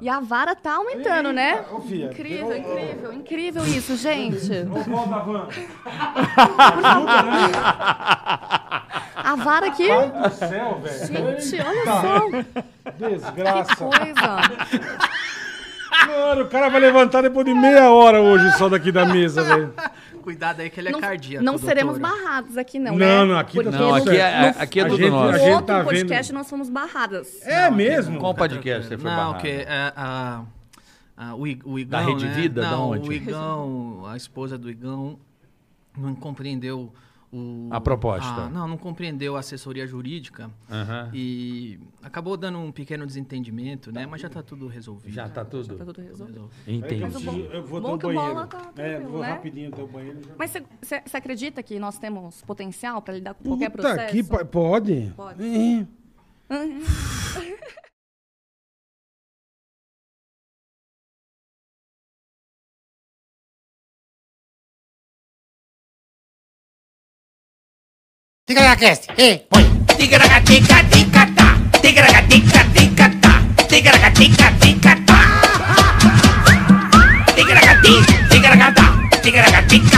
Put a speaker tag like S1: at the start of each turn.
S1: E a vara tá aumentando, né? Incrível, incrível, incrível isso, gente. A vara aqui.
S2: né? do céu, velho.
S1: Gente, olha só. Que
S2: Desgraça.
S1: coisa.
S2: Mano, o cara vai levantar depois de meia hora hoje só daqui da mesa, velho.
S3: Cuidado aí que ele é
S1: Não,
S3: cardíaco.
S1: não seremos
S3: doutora.
S1: barrados aqui, não.
S2: Não,
S1: né?
S2: não, aqui tá
S1: Porque
S2: tudo
S4: Não, aqui é,
S1: no-
S4: aqui é
S2: A
S4: tudo
S2: gente-
S4: nosso.
S2: a gente
S1: outro
S2: tá vendo-
S1: podcast nós fomos barradas.
S2: É mesmo?
S4: Qual podcast você foi
S3: Não,
S4: barrado?
S3: que é, a- a- o, I- o Igão.
S4: Rede
S3: né?
S4: Vida? Da
S3: Não, o
S4: onde?
S3: Igão, a esposa do Igão, não compreendeu o.
S4: A proposta. Ah.
S3: a- não, não compreendeu a assessoria jurídica.
S4: Aham.
S3: E acabou dando um pequeno desentendimento, né? Mas já tá tudo resolvido.
S4: Já
S1: Tá
S4: tá tudo?
S1: tudo resolvido.
S4: Entendi.
S2: Eu vou
S1: Bom
S2: até o
S1: que o
S2: banheiro.
S1: Bola tá
S2: é,
S1: tranquilo,
S2: vou
S1: né?
S2: rapidinho até o banheiro. já-
S1: Mas você acredita que nós temos potencial pra lidar com qualquer
S2: Puta
S1: processo?
S2: que pa- pode?
S1: Pode.
S2: Ih.
S5: Ticaracast, ei, põe.
S6: Tigra-gatim, tigra-gatá, tigra-gatim,